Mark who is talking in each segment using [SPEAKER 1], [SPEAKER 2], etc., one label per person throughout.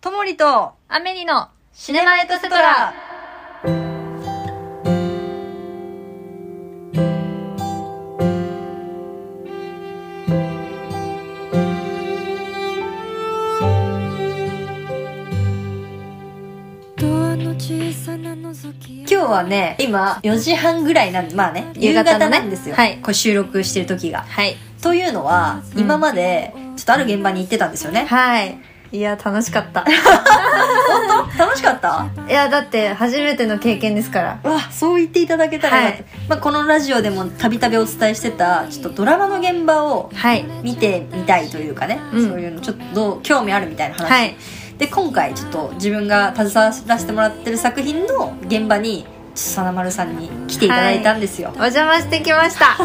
[SPEAKER 1] ともりと
[SPEAKER 2] アメリの
[SPEAKER 1] シネマエトセトラ今日はね今4時半ぐらいなんまあね夕
[SPEAKER 2] 夕方のね
[SPEAKER 1] 方なんですよ、
[SPEAKER 2] はい
[SPEAKER 1] こう収録してる時が
[SPEAKER 2] はい。
[SPEAKER 1] というのは
[SPEAKER 2] うん
[SPEAKER 1] 今までちょっとある現場に行ってたんですよね、
[SPEAKER 2] はい。いや、楽しかった。
[SPEAKER 1] 楽しかった
[SPEAKER 2] いや、だって初めての経験ですから。
[SPEAKER 1] わそう言っていただけたらよかった、
[SPEAKER 2] は
[SPEAKER 1] まあ、このラジオでもたびたびお伝えしてたちょっとドラマの現場を
[SPEAKER 2] はい。
[SPEAKER 1] 見てみたいというかね、
[SPEAKER 2] うん
[SPEAKER 1] そういうのちょっとどう興味あるみたいな話、
[SPEAKER 2] はい。
[SPEAKER 1] で今回ちょっと自分が携わらせてもらってる作品の現場に真田丸さんに来ていただいたんですよ、
[SPEAKER 2] お邪魔してきました。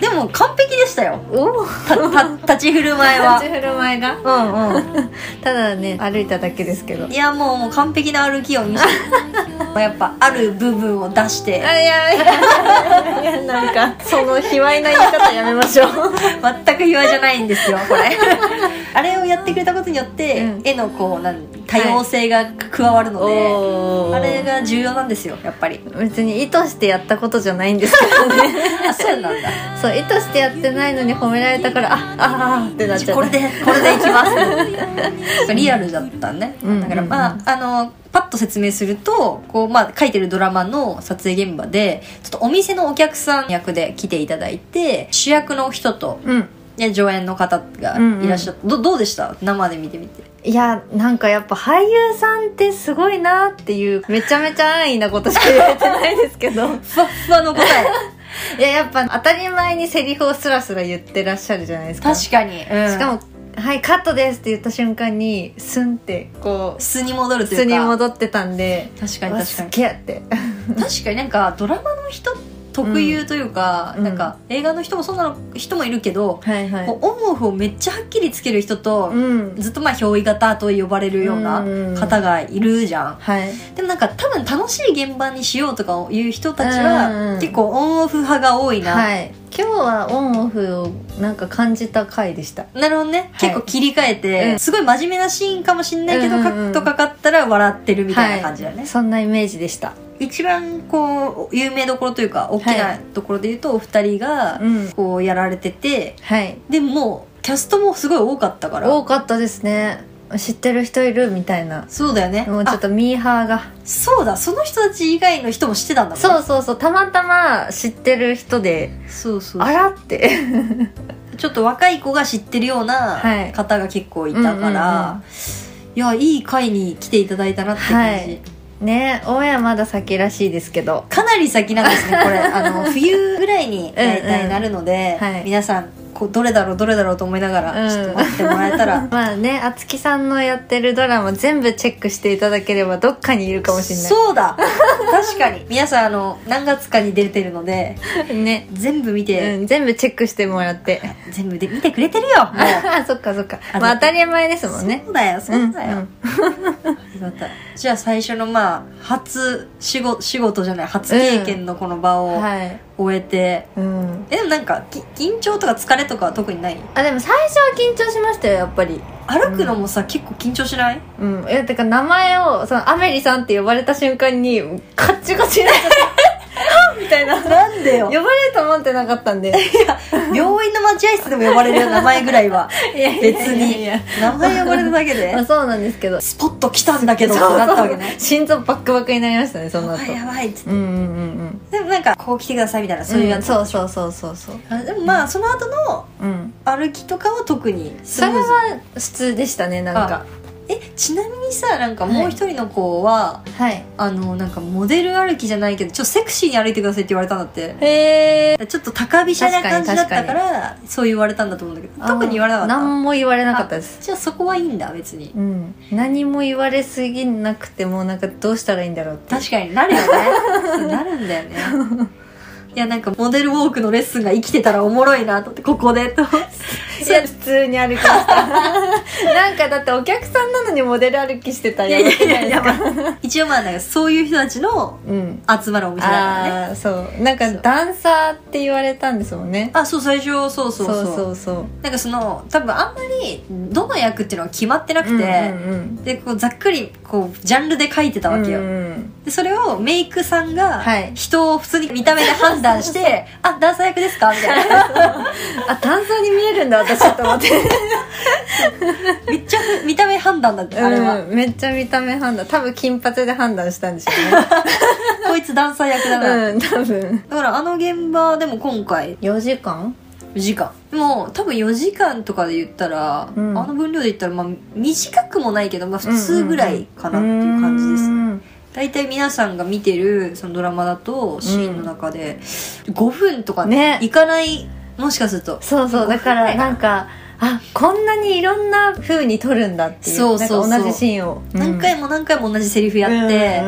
[SPEAKER 1] でも完璧でしたよ
[SPEAKER 2] お お。
[SPEAKER 1] たた立ち振る舞いは
[SPEAKER 2] 立ち振る舞いが。
[SPEAKER 1] うんうん
[SPEAKER 2] ただね、歩いただけですけど。
[SPEAKER 1] いやもうもう完璧な歩きを見せ てやっぱある部分を出して
[SPEAKER 2] あいやいやいや なんかその卑猥な言い方やめましょう
[SPEAKER 1] 全く岩じゃないんですよこ れあれをやってくれたことによって、
[SPEAKER 2] うん
[SPEAKER 1] 絵のこうなん多様性が加わるので、
[SPEAKER 2] おー
[SPEAKER 1] あれが重要なんですよやっぱり
[SPEAKER 2] 別に意図してやったことじゃないん ですけどね
[SPEAKER 1] あ そうなんだ
[SPEAKER 2] そう意図してやってないのに褒められたからあああーってなっちゃ
[SPEAKER 1] こ
[SPEAKER 2] っ
[SPEAKER 1] れ
[SPEAKER 2] た
[SPEAKER 1] でこれでいきます リアルだったね、
[SPEAKER 2] うん
[SPEAKER 1] だからまああのパッと説明するとこう、まあ、書いてるドラマの撮影現場でちょっとお店のお客さん役で来ていただいて主役の人と、
[SPEAKER 2] うん
[SPEAKER 1] ね、助演の方がいらっしゃって、どどうでした生で見てみて
[SPEAKER 2] いやなんかやっぱ俳優さんってすごいなっていうめちゃめちゃ安易なことしか言えてないですけ ど
[SPEAKER 1] ふわっふわの答え
[SPEAKER 2] いややっぱ当たり前にセリフをスラスラ言ってらっしゃるじゃないですか
[SPEAKER 1] 確かに、 うん
[SPEAKER 2] しかも「はいカットです」って言った瞬間にスンってこう
[SPEAKER 1] 素に戻るというか
[SPEAKER 2] 素に戻ってたんで
[SPEAKER 1] 確か
[SPEAKER 2] う
[SPEAKER 1] に
[SPEAKER 2] わ
[SPEAKER 1] 確か
[SPEAKER 2] すっ
[SPEAKER 1] に
[SPEAKER 2] げえって
[SPEAKER 1] 確かになんかドラマの人特有というか、
[SPEAKER 2] うん
[SPEAKER 1] なんか映画の人もそんなの人もいるけど、
[SPEAKER 2] はいは
[SPEAKER 1] こうオンオフをめっちゃはっきりつける人と、
[SPEAKER 2] うん
[SPEAKER 1] ずっとまあ憑依型と呼ばれるような
[SPEAKER 2] うん
[SPEAKER 1] 方がいるじゃん、
[SPEAKER 2] はい
[SPEAKER 1] でもなんか多分楽しい現場にしようとかいう人たち
[SPEAKER 2] う
[SPEAKER 1] は
[SPEAKER 2] ん
[SPEAKER 1] 結構オンオフ派が多いな、
[SPEAKER 2] はい今日はオンオフをなんか感じた回でした
[SPEAKER 1] なるほどね、
[SPEAKER 2] はい
[SPEAKER 1] 結構切り替えて、
[SPEAKER 2] うん
[SPEAKER 1] すごい真面目なシーンかもしんないけど、
[SPEAKER 2] うん
[SPEAKER 1] カ
[SPEAKER 2] うんう
[SPEAKER 1] ッ
[SPEAKER 2] ん
[SPEAKER 1] トかかったら笑ってるみたいな感じだよね、
[SPEAKER 2] そんなイメージでした
[SPEAKER 1] 一番こう有名どころというか大きなところで言うと、お二人が
[SPEAKER 2] うん
[SPEAKER 1] こうやられてて
[SPEAKER 2] はい
[SPEAKER 1] でもうキャストもすごい多かったから
[SPEAKER 2] 多かったですね知ってる人いるみたいな
[SPEAKER 1] そうだよね
[SPEAKER 2] もうちょっとミーハーが
[SPEAKER 1] あそうだその人たち以外の人も知ってたんだもん
[SPEAKER 2] そうそうそうたまたま知ってる人で
[SPEAKER 1] そうそう
[SPEAKER 2] あらって
[SPEAKER 1] ちょっと若い子が知ってるよう
[SPEAKER 2] は
[SPEAKER 1] ない方が結構いたから、
[SPEAKER 2] うんうんうん
[SPEAKER 1] いやいい回に来ていただいたなって感じ、
[SPEAKER 2] はいねオンエアまだ先らしいですけど
[SPEAKER 1] かなり先なんですね これあの冬ぐらいに大体なるので、
[SPEAKER 2] うんうんはい
[SPEAKER 1] 皆さんこうどれだろうどれだろうと思いながら、
[SPEAKER 2] うん
[SPEAKER 1] ちょっと待ってもらえたら
[SPEAKER 2] まあねあつきさんのやってるドラマ全部チェックしていただければどっかにいるかもしれない
[SPEAKER 1] そうだ確かに皆さんあの何月かに出てるので
[SPEAKER 2] ね、
[SPEAKER 1] 全部見て、
[SPEAKER 2] うん、全部チェックしてもらって
[SPEAKER 1] 全部で見てくれてるよもう
[SPEAKER 2] あそっかそっか
[SPEAKER 1] あ
[SPEAKER 2] まあ
[SPEAKER 1] で
[SPEAKER 2] 当たり前ですもんね
[SPEAKER 1] そうだよそうだよ、
[SPEAKER 2] ん
[SPEAKER 1] よかったじゃあ最初のまあ初仕事仕事じゃない初経験のこの場
[SPEAKER 2] うん
[SPEAKER 1] を
[SPEAKER 2] はい、
[SPEAKER 1] 終えて、
[SPEAKER 2] うん、
[SPEAKER 1] えでもなんかき緊張とか疲れとかは特にない
[SPEAKER 2] あでも最初は緊張しましたよやっぱり
[SPEAKER 1] 歩くのもさ、結構緊張しない
[SPEAKER 2] うんいやてか名前をそのアメリさんって呼ばれた瞬間にカッチカチになっちゃってはっみたいな呼ば
[SPEAKER 1] なんでよ
[SPEAKER 2] れると思ってなかったんで
[SPEAKER 1] 病院の待合室でも呼ばれるよ名前ぐらいは別に名前呼ばれただけ
[SPEAKER 2] ま あ、
[SPEAKER 1] で
[SPEAKER 2] そうなんですけど
[SPEAKER 1] スポッと来たんだけどって
[SPEAKER 2] そう
[SPEAKER 1] なったわけね
[SPEAKER 2] 心臓バックバックになりましたねその
[SPEAKER 1] や
[SPEAKER 2] 後
[SPEAKER 1] ばいやばいっつって
[SPEAKER 2] うんうんうんうん
[SPEAKER 1] でもなんかこう来てくださいみたいなそういうやつ、
[SPEAKER 2] そうそうそうそうそう
[SPEAKER 1] あでもまあその後の
[SPEAKER 2] うん
[SPEAKER 1] 歩きとかは特にス
[SPEAKER 2] そ
[SPEAKER 1] ム
[SPEAKER 2] れ
[SPEAKER 1] ーズ
[SPEAKER 2] は普通でしたねなんか
[SPEAKER 1] えちなみにさなんかもう一人の子は、
[SPEAKER 2] はい
[SPEAKER 1] あのなんかモデル歩きじゃないけどちょっとセクシーに歩いてくださいって言われたんだって
[SPEAKER 2] へえ
[SPEAKER 1] ちょっと高飛車な感じだった
[SPEAKER 2] 確
[SPEAKER 1] か
[SPEAKER 2] から
[SPEAKER 1] そう言われたんだと思うんだけど特に言われなかった
[SPEAKER 2] 何も言われなかったです
[SPEAKER 1] じゃあそこはいいんだ別に
[SPEAKER 2] うん、何も言われすぎなくてもうなんかどうしたらいいんだろうって
[SPEAKER 1] 確かになるよ ねなるんだよねいやなんかモデルウォークのレッスンが生きてたらおもろいなと思ってここでと
[SPEAKER 2] いや普通に歩きました なんかだってお客さんなのにモデル歩きしてたら
[SPEAKER 1] いやい
[SPEAKER 2] やばくな
[SPEAKER 1] や
[SPEAKER 2] い
[SPEAKER 1] い
[SPEAKER 2] です
[SPEAKER 1] や
[SPEAKER 2] か
[SPEAKER 1] やばい一応まあなんかそういう人たちの
[SPEAKER 2] うん
[SPEAKER 1] 集まるお店だからね
[SPEAKER 2] ああそうなんか
[SPEAKER 1] そう
[SPEAKER 2] ダンサーって言われたんですもんね
[SPEAKER 1] あそう最初そうそうそう
[SPEAKER 2] そうそう
[SPEAKER 1] なんかその多分あんまりどの役っていうのは決まってなくて、
[SPEAKER 2] うんうん
[SPEAKER 1] でこうざっくりこうジャンルで書いてた
[SPEAKER 2] うん
[SPEAKER 1] わけよ、
[SPEAKER 2] うんうん
[SPEAKER 1] でそれをメイクさんが
[SPEAKER 2] はい
[SPEAKER 1] 人を普通に見た目で判断して「 あダンサー役ですか?」みたいな
[SPEAKER 2] あダンサーに見えるんだ私と思って
[SPEAKER 1] めっちゃ見た目判断だって あれは、
[SPEAKER 2] うん、めっちゃ見た目判断多分金髪で判断したんでしょ
[SPEAKER 1] こいつダンサー役だ
[SPEAKER 2] う
[SPEAKER 1] な、
[SPEAKER 2] ねうん多分
[SPEAKER 1] だからあの現場でも今回
[SPEAKER 2] 4時間
[SPEAKER 1] 4時間でも多分4時間とかで言ったら、
[SPEAKER 2] うん
[SPEAKER 1] あの分量で言ったらまあ短くもないけど、まあ、普通ぐらいかなっていう感じですね
[SPEAKER 2] ね
[SPEAKER 1] 大体皆さんが見てるそのドラマだとシーンの中で5分とか
[SPEAKER 2] ね
[SPEAKER 1] いかないもしかすると
[SPEAKER 2] そうそう だからなんかあこんなにいろんな風に撮るんだっていう
[SPEAKER 1] そうそうそう
[SPEAKER 2] なんか同じシーンを
[SPEAKER 1] 何回
[SPEAKER 2] も
[SPEAKER 1] も何回も同じセリフやって、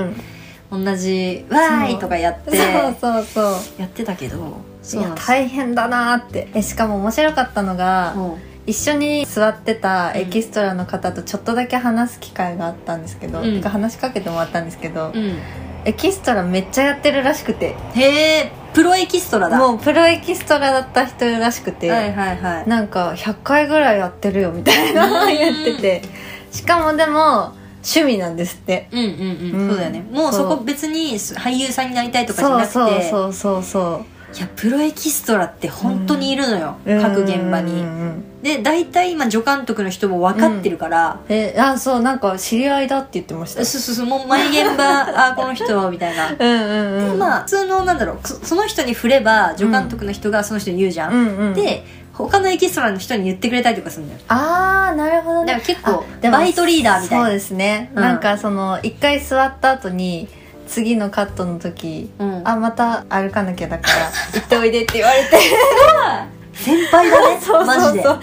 [SPEAKER 1] 同じ「わーい!」とかやって
[SPEAKER 2] そうそうそう
[SPEAKER 1] やってたけど
[SPEAKER 2] い
[SPEAKER 1] そうな
[SPEAKER 2] や
[SPEAKER 1] んです
[SPEAKER 2] 大変だなってえしかも面白かったのが
[SPEAKER 1] も
[SPEAKER 2] 一緒に座ってたエキストラの方とちょっとだけ話す機会があったんですけど、
[SPEAKER 1] うん
[SPEAKER 2] てか話しかけてもらったんですけ
[SPEAKER 1] う、
[SPEAKER 2] ど、
[SPEAKER 1] うん、
[SPEAKER 2] エキストラめっちゃやってるらしくて
[SPEAKER 1] へえプロエキストラだ
[SPEAKER 2] もうプロエキストラだった人らしくて、
[SPEAKER 1] はいはいはい
[SPEAKER 2] なんか100回ぐらいやってるよみたいな
[SPEAKER 1] うん
[SPEAKER 2] 言っててしかもでも趣味なんですって
[SPEAKER 1] うんうんうん、
[SPEAKER 2] うん
[SPEAKER 1] そうだよねもうそこ別に俳優さんになりたいとかじゃなくて
[SPEAKER 2] そうそうそうそ
[SPEAKER 1] いやプロエキストラって本当にいるのよ、
[SPEAKER 2] う
[SPEAKER 1] 各現場に
[SPEAKER 2] うんうんうん
[SPEAKER 1] で大体今助監督の人も分かってるから、
[SPEAKER 2] えあそうなんか知り合いだって言ってました
[SPEAKER 1] そうそうそうもう毎現 場あこの人みたいな、
[SPEAKER 2] うんうんうん
[SPEAKER 1] まあ普通のなんだろうそその人に振れば助監督の人がその人に言うじゃん、
[SPEAKER 2] うんうん、
[SPEAKER 1] で他のエキストラの人に言ってくれたりとかするんだよ
[SPEAKER 2] ああなるほど
[SPEAKER 1] だ
[SPEAKER 2] ね
[SPEAKER 1] から結構
[SPEAKER 2] あでも
[SPEAKER 1] バイトリーダーみたいな
[SPEAKER 2] そうですね、
[SPEAKER 1] うん
[SPEAKER 2] なんかその一回座った後に次のカットの時、
[SPEAKER 1] うん
[SPEAKER 2] あまた歩かなきゃだから 行っておいでって言われて
[SPEAKER 1] 先輩だね
[SPEAKER 2] そうそうそう
[SPEAKER 1] マジ
[SPEAKER 2] あ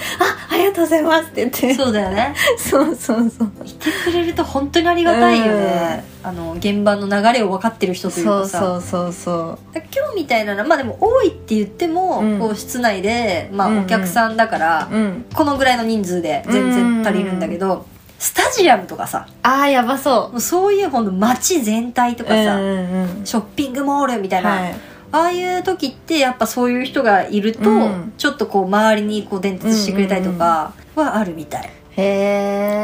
[SPEAKER 2] ありがとうございますって言って
[SPEAKER 1] でそうだよね
[SPEAKER 2] そうそうそう
[SPEAKER 1] いてくれると本当にありがたいよね、あの現場の流れを分かってる人という
[SPEAKER 2] そう
[SPEAKER 1] かさ
[SPEAKER 2] そうそうそう
[SPEAKER 1] だから今日みたいなのまあでも多いって言っても、
[SPEAKER 2] うん
[SPEAKER 1] こう室内で、ま
[SPEAKER 2] うんう
[SPEAKER 1] あ、
[SPEAKER 2] ん
[SPEAKER 1] お客さんだから、
[SPEAKER 2] うん
[SPEAKER 1] このぐらいの人数で全然足りるんだけど、スタジアムとかさ
[SPEAKER 2] ああやばそう
[SPEAKER 1] もうそういうほんと街全体とかさ、
[SPEAKER 2] うんうん
[SPEAKER 1] ショッピングモールみたいな、
[SPEAKER 2] はい
[SPEAKER 1] ああいう時ってやっぱそういう人がいると、
[SPEAKER 2] うん
[SPEAKER 1] ちょっとこう周りにこう伝達してくれたりとかはあるみたい、
[SPEAKER 2] へ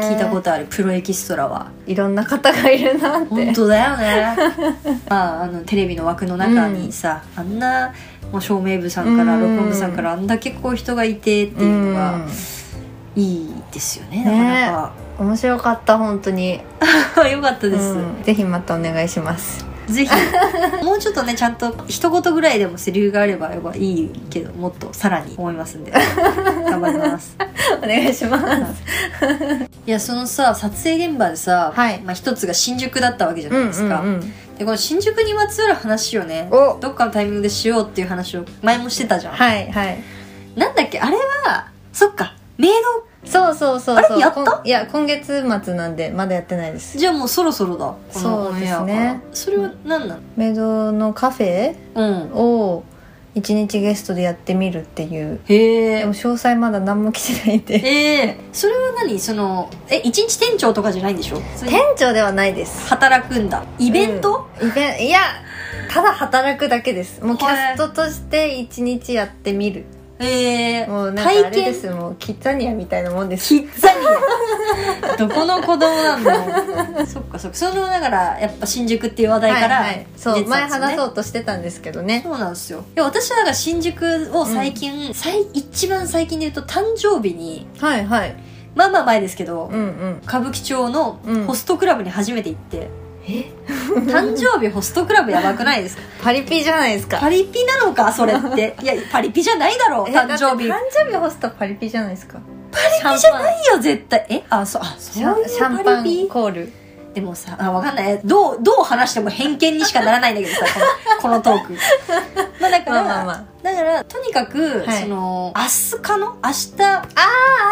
[SPEAKER 2] え
[SPEAKER 1] 聞いたことあるプロエキストラはい
[SPEAKER 2] ろんな方がいるなって
[SPEAKER 1] 本当だよね まああのテレビの枠の中にさ、あんなもう照明部さんから
[SPEAKER 2] うん
[SPEAKER 1] 録音部さんからあんだけこう人がいてっていうのがいいですよね、
[SPEAKER 2] ね
[SPEAKER 1] なか
[SPEAKER 2] うん面白かった本当に
[SPEAKER 1] なか よかったです、
[SPEAKER 2] うんぜひまたお願いします
[SPEAKER 1] ぜひもうちょっとねちゃんと一言ぐらいでもセリフがあればやっぱいいけどもっとさらに思いますんで頑張ります
[SPEAKER 2] お願いします
[SPEAKER 1] いやそのさ撮影現場でさ、
[SPEAKER 2] はい
[SPEAKER 1] まあ、一つが新宿だったわけじゃ
[SPEAKER 2] う
[SPEAKER 1] ない
[SPEAKER 2] ん
[SPEAKER 1] ですか、
[SPEAKER 2] うんうん
[SPEAKER 1] でこの新宿にまつわる話をね
[SPEAKER 2] お
[SPEAKER 1] どっかのタイミングでしようっていう話を前もしてたじゃん、
[SPEAKER 2] はいはい
[SPEAKER 1] なんだっけあれはそっかメイ
[SPEAKER 2] そうそうそうそう
[SPEAKER 1] あれやった
[SPEAKER 2] こんいや今月末なんでまだやってないで
[SPEAKER 1] ド
[SPEAKER 2] す
[SPEAKER 1] じゃあもうそろそろだこの
[SPEAKER 2] そうですね
[SPEAKER 1] オンエアからそれは何な
[SPEAKER 2] メイドのカフェ
[SPEAKER 1] のうん
[SPEAKER 2] を一日ゲストでやってみるっていう
[SPEAKER 1] へ
[SPEAKER 2] で
[SPEAKER 1] え
[SPEAKER 2] も詳細まだ何も来てないんで
[SPEAKER 1] ええそれは何そのえ一日店長とかじゃないんでしょ普通に
[SPEAKER 2] 店長ではないです
[SPEAKER 1] 働くんだイベント、、
[SPEAKER 2] うんイベントいやただ働くだけですもうキ
[SPEAKER 1] は
[SPEAKER 2] ャ
[SPEAKER 1] い
[SPEAKER 2] ストとして一日やってみる
[SPEAKER 1] ええ
[SPEAKER 2] もうなんかあ
[SPEAKER 1] 体
[SPEAKER 2] れで
[SPEAKER 1] 験
[SPEAKER 2] すもうキッザニアみたいなもんです
[SPEAKER 1] キッザニアどこの子供なんだろうそっかそっかそのだからやっぱ新宿っていう話題から、
[SPEAKER 2] はいはい、そう
[SPEAKER 1] 出てた
[SPEAKER 2] 前
[SPEAKER 1] んですよね
[SPEAKER 2] 話そうとしてたんですけどね
[SPEAKER 1] そうなんですよいや私はだから新宿を最近、最一番最近で言うと誕生日に
[SPEAKER 2] はいはい
[SPEAKER 1] まあまあ前ですけど、
[SPEAKER 2] うんうん
[SPEAKER 1] 歌舞伎町の
[SPEAKER 2] うん
[SPEAKER 1] ホストクラブに初めて行って、
[SPEAKER 2] え
[SPEAKER 1] 誕生日ホストクラブやばくない ですか
[SPEAKER 2] パリピじゃないですか
[SPEAKER 1] パリピなのかそれっていやパリピじゃないだろう
[SPEAKER 2] え
[SPEAKER 1] 誕生日
[SPEAKER 2] だ
[SPEAKER 1] パ
[SPEAKER 2] って誕生日ホストパリピじゃないですかパ
[SPEAKER 1] リピじゃないよ絶対えあそうあそう
[SPEAKER 2] シ
[SPEAKER 1] い
[SPEAKER 2] ャンシャ
[SPEAKER 1] う
[SPEAKER 2] ンパ
[SPEAKER 1] パ
[SPEAKER 2] ン
[SPEAKER 1] リピ
[SPEAKER 2] コール
[SPEAKER 1] でもさあわかんないどうどう話しても偏見にしかならないんだけどさこ のこのトークまあだから、
[SPEAKER 2] まあまあまあ
[SPEAKER 1] だからとにかく、
[SPEAKER 2] はい
[SPEAKER 1] その明日かの明日
[SPEAKER 2] あ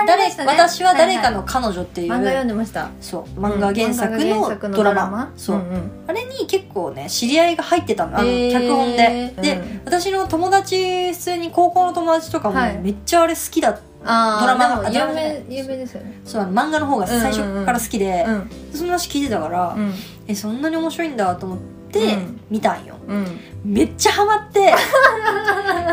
[SPEAKER 1] 誰、私は誰か
[SPEAKER 2] い
[SPEAKER 1] の彼女っていう、
[SPEAKER 2] 漫画読んでました
[SPEAKER 1] そう漫画原作
[SPEAKER 2] うん漫画
[SPEAKER 1] の
[SPEAKER 2] 原作
[SPEAKER 1] ドラマ,、そう、
[SPEAKER 2] んん
[SPEAKER 1] あれに結構ね知り合いが入ってたのあの、
[SPEAKER 2] へー
[SPEAKER 1] 脚本でで、
[SPEAKER 2] うん
[SPEAKER 1] 私の友達普通に高校の友達とかも
[SPEAKER 2] はい
[SPEAKER 1] めっちゃあれ好きだっ
[SPEAKER 2] あー
[SPEAKER 1] ドラマの
[SPEAKER 2] でも
[SPEAKER 1] あドラマじ
[SPEAKER 2] 有
[SPEAKER 1] ゃない
[SPEAKER 2] 名有名ですよね
[SPEAKER 1] そうあの漫画の方が最初から好きで、
[SPEAKER 2] うん
[SPEAKER 1] その話聞いてたから、
[SPEAKER 2] うん
[SPEAKER 1] えそんなに面白いんだと思って
[SPEAKER 2] うん
[SPEAKER 1] 見たんよ、
[SPEAKER 2] うん
[SPEAKER 1] めっちゃハマって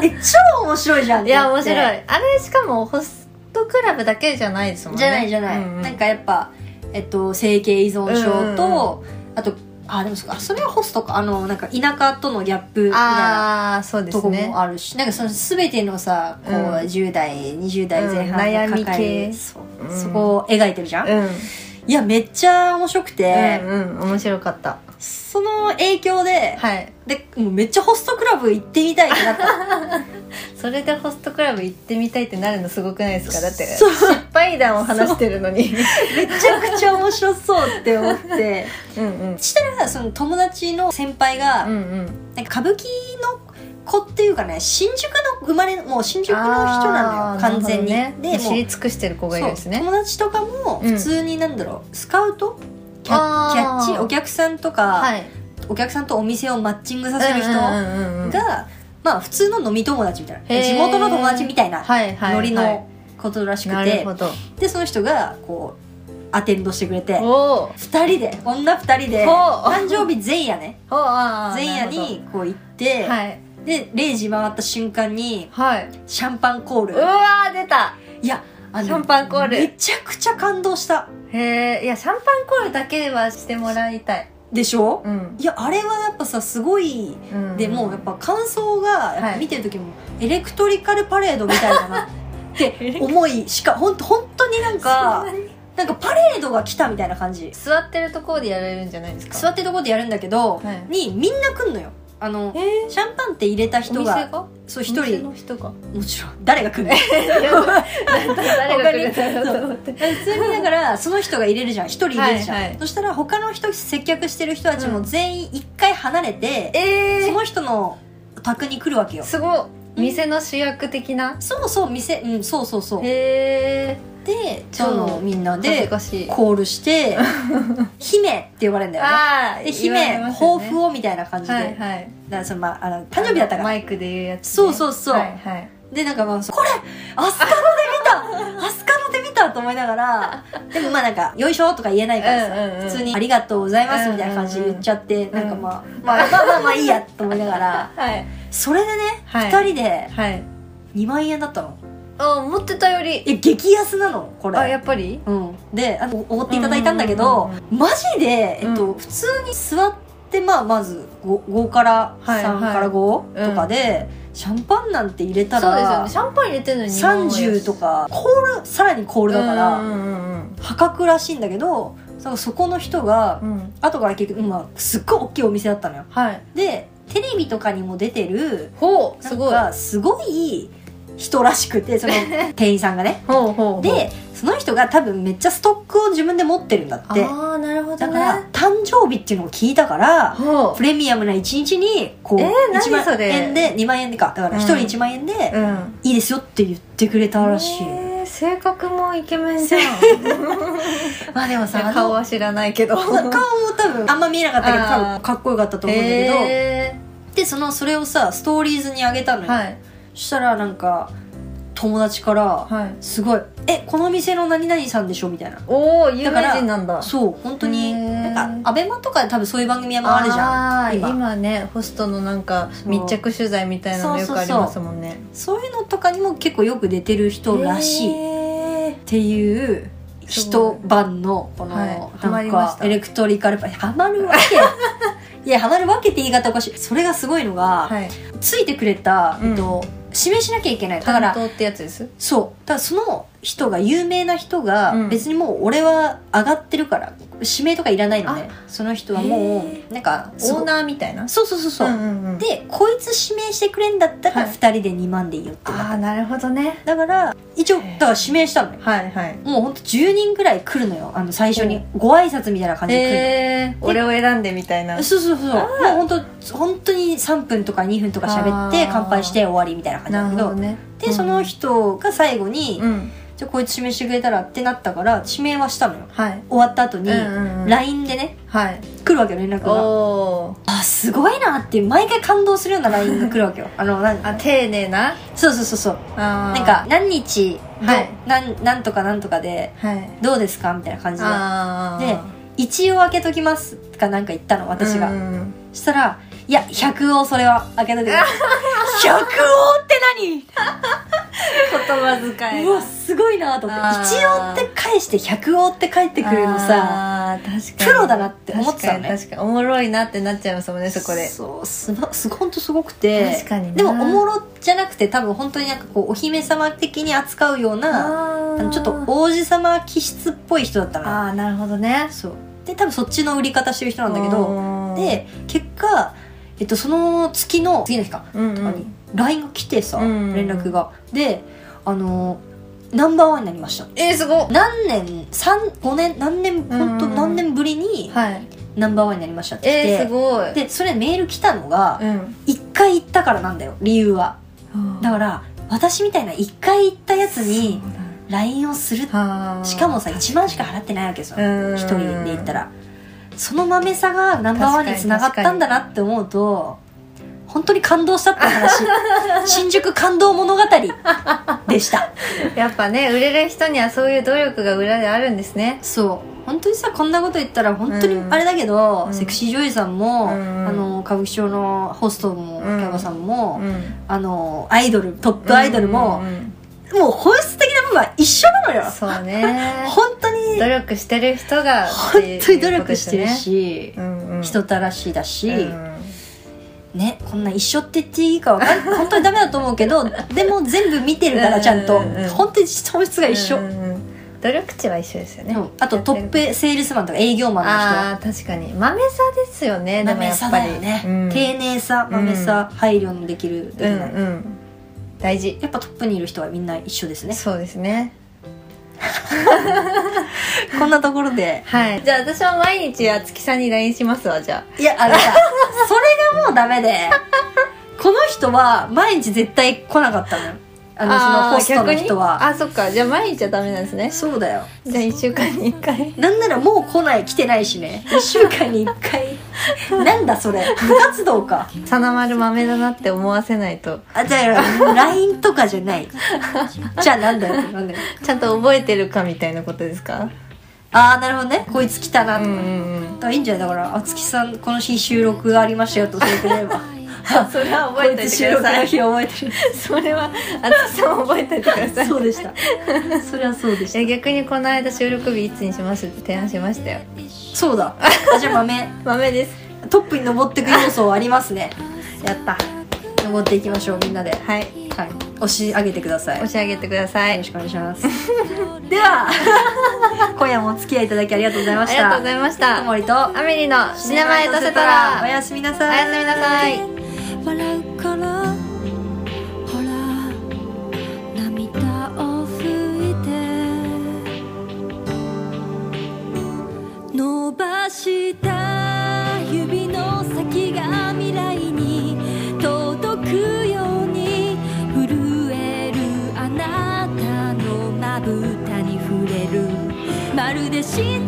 [SPEAKER 1] え超面白いじゃん
[SPEAKER 2] い
[SPEAKER 1] と
[SPEAKER 2] や
[SPEAKER 1] 思
[SPEAKER 2] 面
[SPEAKER 1] って
[SPEAKER 2] 白いあれしかもホストクラブだけじゃないですもんね
[SPEAKER 1] じゃないじゃない、
[SPEAKER 2] うんうん
[SPEAKER 1] なんかやっぱえっと整形依存症
[SPEAKER 2] うんうん
[SPEAKER 1] と、あとあでもそっかそれはホストかあのなんか田舎とのギャップみたいな
[SPEAKER 2] ああそうで
[SPEAKER 1] と
[SPEAKER 2] す
[SPEAKER 1] こ
[SPEAKER 2] ね
[SPEAKER 1] もあるし、なんかその全てのさこう、
[SPEAKER 2] うん
[SPEAKER 1] 10代20代前半が
[SPEAKER 2] うん悩み
[SPEAKER 1] 抱える
[SPEAKER 2] 系
[SPEAKER 1] そう
[SPEAKER 2] うん
[SPEAKER 1] そこを描いてるじゃん、
[SPEAKER 2] うん
[SPEAKER 1] いやめっちゃ面白くて、
[SPEAKER 2] うんうん面白かった
[SPEAKER 1] その影響で
[SPEAKER 2] はい
[SPEAKER 1] でもうめっちゃホストクラブ行ってみたいってな った
[SPEAKER 2] それでホストクラブ行ってみたいってなるのすごくないですかだって
[SPEAKER 1] そう
[SPEAKER 2] 失敗談を話してるのに
[SPEAKER 1] めちゃくちゃ面白そうって思って
[SPEAKER 2] うんうん
[SPEAKER 1] したらその友達の先輩が、
[SPEAKER 2] うんうん
[SPEAKER 1] なんか歌舞伎の子っていうかね新宿の生まれもう新宿の人なのよ
[SPEAKER 2] あー
[SPEAKER 1] 完全に、
[SPEAKER 2] なるほど
[SPEAKER 1] で
[SPEAKER 2] ね、
[SPEAKER 1] も
[SPEAKER 2] 知り
[SPEAKER 1] う
[SPEAKER 2] 尽くしてる子がいるんです
[SPEAKER 1] そう
[SPEAKER 2] ね
[SPEAKER 1] 友達とかも
[SPEAKER 2] うん
[SPEAKER 1] 普通になんだろう、スカウトキャ
[SPEAKER 2] あー
[SPEAKER 1] キャッチお客さんとか、
[SPEAKER 2] はい
[SPEAKER 1] お客さんとお店をマッチングさせる人が、
[SPEAKER 2] うんうんうんうん
[SPEAKER 1] まあ普通の飲み友達みたい
[SPEAKER 2] へ
[SPEAKER 1] な
[SPEAKER 2] ー
[SPEAKER 1] 地元の友達みたいな
[SPEAKER 2] はいはい
[SPEAKER 1] ノリ
[SPEAKER 2] は
[SPEAKER 1] の
[SPEAKER 2] い
[SPEAKER 1] ことらしくて、
[SPEAKER 2] なるほど
[SPEAKER 1] でその人がこうアテンドしてくれて
[SPEAKER 2] おお
[SPEAKER 1] 2人で女2人で
[SPEAKER 2] ほう
[SPEAKER 1] 誕生日前夜ね
[SPEAKER 2] おあー
[SPEAKER 1] 前夜にこう行って、
[SPEAKER 2] なるほどはい
[SPEAKER 1] で0時回った瞬間に
[SPEAKER 2] はい
[SPEAKER 1] シャンパンコール
[SPEAKER 2] うわー出た
[SPEAKER 1] いやあの
[SPEAKER 2] シャンパンコール
[SPEAKER 1] めちゃくちゃ感動した
[SPEAKER 2] へえいやシャンパンコールだけはしてもらいたい
[SPEAKER 1] でしょ、
[SPEAKER 2] うん
[SPEAKER 1] いやあれはやっぱさすごい
[SPEAKER 2] うん
[SPEAKER 1] でもうやっぱ感想がやっ
[SPEAKER 2] は
[SPEAKER 1] ぱ
[SPEAKER 2] い
[SPEAKER 1] 見てる時もエレクトリカルパレードみたいだな って思いしか本当本当になん
[SPEAKER 2] そん
[SPEAKER 1] か
[SPEAKER 2] なに
[SPEAKER 1] なんかパレードが来たみたいな感じ
[SPEAKER 2] 座ってるところでやれるんじゃないですか
[SPEAKER 1] 座ってるとこでやるんだけど、
[SPEAKER 2] はい
[SPEAKER 1] にみんな来んのよあの
[SPEAKER 2] え
[SPEAKER 1] シャンパンって入れた
[SPEAKER 2] お
[SPEAKER 1] 人
[SPEAKER 2] 店
[SPEAKER 1] が
[SPEAKER 2] が
[SPEAKER 1] そう一
[SPEAKER 2] お店
[SPEAKER 1] 人
[SPEAKER 2] の人が
[SPEAKER 1] もちろん誰が来 んの
[SPEAKER 2] 誰が来るんだろうと思 って
[SPEAKER 1] 普通にだからその人が入れるじゃん一人入れるじゃん、
[SPEAKER 2] はいはい
[SPEAKER 1] そしたら他の人接客してる人たちも
[SPEAKER 2] うん
[SPEAKER 1] 全員一回離れて、
[SPEAKER 2] え
[SPEAKER 1] その人のお宅に来るわけよ
[SPEAKER 2] すごっ店の主役的な
[SPEAKER 1] そもそう店うんそうそうそう
[SPEAKER 2] へえ
[SPEAKER 1] で
[SPEAKER 2] 超
[SPEAKER 1] そのみんな
[SPEAKER 2] 恥ず
[SPEAKER 1] で
[SPEAKER 2] かしい
[SPEAKER 1] コール して「姫」って呼ばれるんだよね
[SPEAKER 2] ああ
[SPEAKER 1] で姫、抱負
[SPEAKER 2] を
[SPEAKER 1] をみたいな感じで、
[SPEAKER 2] はいはい
[SPEAKER 1] だからそのまああの誕生日だったか
[SPEAKER 2] あの
[SPEAKER 1] ら
[SPEAKER 2] マイクで言うやつね
[SPEAKER 1] そうそうそう
[SPEAKER 2] はいはい
[SPEAKER 1] でなんかまあそうこれアスカノで見たアスカノで見たと思いながらでもまあなんか「よいしょ」とか言えないからさ、
[SPEAKER 2] うんうんうん
[SPEAKER 1] 普通に「ありがとうございます」みたいな感じで言っちゃって、
[SPEAKER 2] ん
[SPEAKER 1] なんかまあ、まあまあまあまあいいやと思いなが ら
[SPEAKER 2] はい
[SPEAKER 1] それでね、
[SPEAKER 2] はい
[SPEAKER 1] 2人で
[SPEAKER 2] はい
[SPEAKER 1] 2万円だったの
[SPEAKER 2] あ思ってたより
[SPEAKER 1] え激安なのこれ
[SPEAKER 2] あやっぱり
[SPEAKER 1] うん、であのおごっていただいたんだけど、
[SPEAKER 2] うんう
[SPEAKER 1] マ
[SPEAKER 2] ん
[SPEAKER 1] ジで、えっと
[SPEAKER 2] う
[SPEAKER 1] 普通に座って、まあ、まず 5, 5から
[SPEAKER 2] はい
[SPEAKER 1] 3
[SPEAKER 2] はい
[SPEAKER 1] から5とかで、シャンパンなんて入れた
[SPEAKER 2] そうですよ
[SPEAKER 1] ら、
[SPEAKER 2] ねシャンパン入れてるのに日本は
[SPEAKER 1] 30とかコールさらにコールだから、
[SPEAKER 2] うんうんうん
[SPEAKER 1] 破格らしいんだけどそのそこの人が、
[SPEAKER 2] うんうん
[SPEAKER 1] 後から結局、まあ、すっごい大きいお店だったのよ
[SPEAKER 2] はい
[SPEAKER 1] でテレビとかにも出てる
[SPEAKER 2] ほ
[SPEAKER 1] な
[SPEAKER 2] うす
[SPEAKER 1] ん
[SPEAKER 2] ごい
[SPEAKER 1] かすごい人らしくて その店員さんがね
[SPEAKER 2] ほうほう
[SPEAKER 1] でその人が多分めっちゃストックを自分で持ってるんだっ
[SPEAKER 2] あ
[SPEAKER 1] て
[SPEAKER 2] あなるほど
[SPEAKER 1] だ
[SPEAKER 2] ね
[SPEAKER 1] から誕生日っていうのを聞いたから
[SPEAKER 2] ほ
[SPEAKER 1] プレミアムな一日にこう、
[SPEAKER 2] えー
[SPEAKER 1] 1
[SPEAKER 2] 何そ
[SPEAKER 1] 万
[SPEAKER 2] れ
[SPEAKER 1] 円で2万円でかだから1人
[SPEAKER 2] うん
[SPEAKER 1] 1万円で
[SPEAKER 2] ううん
[SPEAKER 1] いいですよって言ってくれたらしい、
[SPEAKER 2] えー性格もイケメンじゃん
[SPEAKER 1] まあでもさあ
[SPEAKER 2] 顔
[SPEAKER 1] の
[SPEAKER 2] は知らないけど
[SPEAKER 1] 顔も多分あんま見えなかったけど
[SPEAKER 2] あ
[SPEAKER 1] 多
[SPEAKER 2] ー
[SPEAKER 1] 分かっこよかったと思うんだけど、
[SPEAKER 2] へ
[SPEAKER 1] でそのそれをさストーリーズにあげたの
[SPEAKER 2] ー
[SPEAKER 1] よ、
[SPEAKER 2] はい
[SPEAKER 1] そしたらなんか友達から
[SPEAKER 2] はい
[SPEAKER 1] すごい「えこの店の何々さんでしょ」みたいな
[SPEAKER 2] おお有
[SPEAKER 1] だか
[SPEAKER 2] 名
[SPEAKER 1] ら
[SPEAKER 2] 人なんだ
[SPEAKER 1] そう本当に
[SPEAKER 2] へー
[SPEAKER 1] なんかアベマとかで多分そういう番組もあるじゃ
[SPEAKER 2] あ
[SPEAKER 1] ん
[SPEAKER 2] ー今
[SPEAKER 1] 今
[SPEAKER 2] ねホストのなんか
[SPEAKER 1] そう
[SPEAKER 2] 密着取材みたいなのよくありますもんね
[SPEAKER 1] そういうのとかにも結構よく出てる人らしいっ
[SPEAKER 2] へー
[SPEAKER 1] ていう
[SPEAKER 2] す
[SPEAKER 1] 一
[SPEAKER 2] ごい
[SPEAKER 1] 晩のこの、
[SPEAKER 2] はいハマ
[SPEAKER 1] なん
[SPEAKER 2] りまし
[SPEAKER 1] か
[SPEAKER 2] た
[SPEAKER 1] エレクトリカルパハマるわ けいやハマるわけって言い方おかしいそれがすごいのが、
[SPEAKER 2] はい
[SPEAKER 1] ついてくれた、
[SPEAKER 2] うん
[SPEAKER 1] えっと、指名しなきゃいけないだか
[SPEAKER 2] 担
[SPEAKER 1] ら
[SPEAKER 2] 当ってやつです
[SPEAKER 1] そうただその人が有名な人が、
[SPEAKER 2] うん
[SPEAKER 1] 別にもう俺は上がってるから指名とかいらないのねその人はも
[SPEAKER 2] へ
[SPEAKER 1] うなんかす
[SPEAKER 2] オ
[SPEAKER 1] ご
[SPEAKER 2] ーナーみたいな
[SPEAKER 1] そうそうそうそう、
[SPEAKER 2] んうんうん
[SPEAKER 1] でこいつ指名してくれんだったら
[SPEAKER 2] はい
[SPEAKER 1] 2人で2万でいいよってなった
[SPEAKER 2] ああなるほどね
[SPEAKER 1] だから一応だから指名したのよ
[SPEAKER 2] はいはい
[SPEAKER 1] もうほんと10人ぐらい来るのよあの最初にご挨拶みたいな感じで来るの
[SPEAKER 2] えー、俺を選んでみたいな
[SPEAKER 1] そうそうそうもう本当本当に3分とか2分とか喋って
[SPEAKER 2] あー
[SPEAKER 1] 乾杯して終わりみたいな感じ
[SPEAKER 2] な
[SPEAKER 1] な
[SPEAKER 2] る
[SPEAKER 1] ん
[SPEAKER 2] ほ
[SPEAKER 1] だけど
[SPEAKER 2] どね
[SPEAKER 1] でその人が最後に、
[SPEAKER 2] うん
[SPEAKER 1] じゃあこいつ指名してくれたらってなったから指名はしたのよ
[SPEAKER 2] はい
[SPEAKER 1] 終わった後に
[SPEAKER 2] うんうんうん
[SPEAKER 1] LINE でね
[SPEAKER 2] はい
[SPEAKER 1] 来るわけよ連絡
[SPEAKER 2] お
[SPEAKER 1] が
[SPEAKER 2] お
[SPEAKER 1] あすごいなっていう毎回感 動するような LINE が来るわけよあのなん
[SPEAKER 2] あ
[SPEAKER 1] か
[SPEAKER 2] 丁寧な
[SPEAKER 1] そうそうそうそう
[SPEAKER 2] あー
[SPEAKER 1] なんか何日
[SPEAKER 2] はい
[SPEAKER 1] なんなんとかなんとかで
[SPEAKER 2] はい
[SPEAKER 1] どうですかみたいな感じで
[SPEAKER 2] あ
[SPEAKER 1] で一応開けときますかなんか言ったの私が、
[SPEAKER 2] うん
[SPEAKER 1] したら「いや100をそれは開けと きます」「100をって何?」
[SPEAKER 2] 言葉遣いう
[SPEAKER 1] わすごいなと思って
[SPEAKER 2] あー
[SPEAKER 1] 一応って返して100応って返ってくるのさ
[SPEAKER 2] あー確かに
[SPEAKER 1] プロだなって思ってたのね
[SPEAKER 2] 確かに確かにおもろいなってなっちゃいますもんねそこで
[SPEAKER 1] そうすばす本当すごくて
[SPEAKER 2] 確かにな
[SPEAKER 1] でもおもろじゃなくて多分本当になんかこうお姫様的に扱うようなあ
[SPEAKER 2] あー
[SPEAKER 1] のちょっと王子様気質っぽい人だったのよ
[SPEAKER 2] ああなるほどね
[SPEAKER 1] そうで多分そっちの売り方してる人
[SPEAKER 2] な
[SPEAKER 1] なんだけどで結果、えっと、その月の次の日か
[SPEAKER 2] うん
[SPEAKER 1] と
[SPEAKER 2] う
[SPEAKER 1] かに
[SPEAKER 2] ん
[SPEAKER 1] LINE が来てさ、
[SPEAKER 2] うん
[SPEAKER 1] 連絡がであのナンバーワンになりました
[SPEAKER 2] えー、すごっ
[SPEAKER 1] 何年35年何年本当
[SPEAKER 2] うん
[SPEAKER 1] 何年ぶりに
[SPEAKER 2] はい
[SPEAKER 1] ナンバーワンになりましたって来て、
[SPEAKER 2] えー、すごい
[SPEAKER 1] でそれメール来たのが
[SPEAKER 2] うん
[SPEAKER 1] 1回行ったからなんだよ理由はだ
[SPEAKER 2] か
[SPEAKER 1] から私みたいな1回行ったやつに
[SPEAKER 2] そうだ
[SPEAKER 1] LINE をする
[SPEAKER 2] はあ
[SPEAKER 1] しかもさ1万しか払ってないわけですよ
[SPEAKER 2] 1
[SPEAKER 1] 1人で行ったらその豆さがナンバーワンにつながったんだなって思うと本当に感動したって 話新宿感動物語でした
[SPEAKER 2] やっぱね売れる人にはそういう努力が裏であるんですね
[SPEAKER 1] そう本当にさこんなこと言ったら本当に
[SPEAKER 2] うん
[SPEAKER 1] あれだけど、
[SPEAKER 2] うん
[SPEAKER 1] セクシー女優さんも、
[SPEAKER 2] うん
[SPEAKER 1] あの歌舞伎町のホストも
[SPEAKER 2] うん
[SPEAKER 1] キャバさんも、
[SPEAKER 2] ん
[SPEAKER 1] あのアイドルトップアイドルも、
[SPEAKER 2] うんうん
[SPEAKER 1] もう本質的な部分は一緒なのよ
[SPEAKER 2] うんそう ね
[SPEAKER 1] 本当に
[SPEAKER 2] 努力してる人が
[SPEAKER 1] 本当に努力してる
[SPEAKER 2] っ
[SPEAKER 1] し、
[SPEAKER 2] ていうことですよねうんうん
[SPEAKER 1] 人たらしだし、
[SPEAKER 2] うん
[SPEAKER 1] ね、こんな一緒って言っていいかわかんない本当にダメだと思う けどでも全部見てるからちゃんと
[SPEAKER 2] うんうんうん
[SPEAKER 1] 本当に本質が一緒、
[SPEAKER 2] うんうんうん努力値は一緒ですよね
[SPEAKER 1] うんあとトップセールスマンとか営業マンの人
[SPEAKER 2] ああ確かに豆さですよねでも
[SPEAKER 1] 豆
[SPEAKER 2] や
[SPEAKER 1] さ
[SPEAKER 2] っぱ
[SPEAKER 1] だ
[SPEAKER 2] り
[SPEAKER 1] よね、
[SPEAKER 2] うん
[SPEAKER 1] 丁寧さ豆さ、配慮のできるできない、
[SPEAKER 2] うんうん大事
[SPEAKER 1] やっぱトップにいる人はみんな一緒ですね
[SPEAKER 2] そうですね
[SPEAKER 1] こんなところで
[SPEAKER 2] はいじゃあ私は毎日あつきさんに LINE しますわじゃ
[SPEAKER 1] いやあのさそれがもうダメでこの人は毎日絶対来なかったのよあ
[SPEAKER 2] あ
[SPEAKER 1] のその
[SPEAKER 2] ー
[SPEAKER 1] ホストの人は
[SPEAKER 2] 逆にあそっかじゃあ毎日はダメなんですね
[SPEAKER 1] そうだよ
[SPEAKER 2] じゃあ1週間に1回
[SPEAKER 1] なんならもう来ない来てないしね1週間に1回 なんだそれ部活動か
[SPEAKER 2] さなまる豆だなって思わせないと
[SPEAKER 1] あじゃあ LINE とかじゃないじゃあなんだよってなんだよ
[SPEAKER 2] ちゃんと覚えてるかみたいなことですか
[SPEAKER 1] ああなるほどねこいつ来たな
[SPEAKER 2] う
[SPEAKER 1] と
[SPEAKER 2] んう
[SPEAKER 1] か、
[SPEAKER 2] んうん
[SPEAKER 1] だからいいんじゃないだから、あつきさん、この日収録がありましたよと教えてれば。
[SPEAKER 2] それは
[SPEAKER 1] こ
[SPEAKER 2] 覚え
[SPEAKER 1] い
[SPEAKER 2] ておい
[SPEAKER 1] つ
[SPEAKER 2] て
[SPEAKER 1] 収
[SPEAKER 2] くだ
[SPEAKER 1] 録
[SPEAKER 2] さ
[SPEAKER 1] の
[SPEAKER 2] い
[SPEAKER 1] 日覚えてる。
[SPEAKER 2] それはあつきさんも覚えておいてください
[SPEAKER 1] そうでした。それはそうでし
[SPEAKER 2] いや逆にこの間収録日いつにしますって提案しましたよ
[SPEAKER 1] た。そうだ。あ、じゃあ豆、
[SPEAKER 2] 豆です
[SPEAKER 1] トップに登っていく要素ありますね。
[SPEAKER 2] やった
[SPEAKER 1] 登っていきましょう、みんなで。は
[SPEAKER 2] はい
[SPEAKER 1] い。押し上げてください。
[SPEAKER 2] 押
[SPEAKER 1] よ
[SPEAKER 2] し上げてください
[SPEAKER 1] ろしくお願いします。 では、 今夜もお付き合いいただきありがとうございま
[SPEAKER 2] あ
[SPEAKER 1] し
[SPEAKER 2] りがと
[SPEAKER 1] た。
[SPEAKER 2] うございました
[SPEAKER 1] 小森と、
[SPEAKER 2] アメリの死な前とせた
[SPEAKER 1] お
[SPEAKER 2] ら
[SPEAKER 1] やすみな
[SPEAKER 2] お
[SPEAKER 1] さい。
[SPEAKER 2] やすみなさい
[SPEAKER 3] 笑うからほら涙を拭いて伸ばした指の先が未来に届くように震えるあなたのまぶたに触れるまるで死ん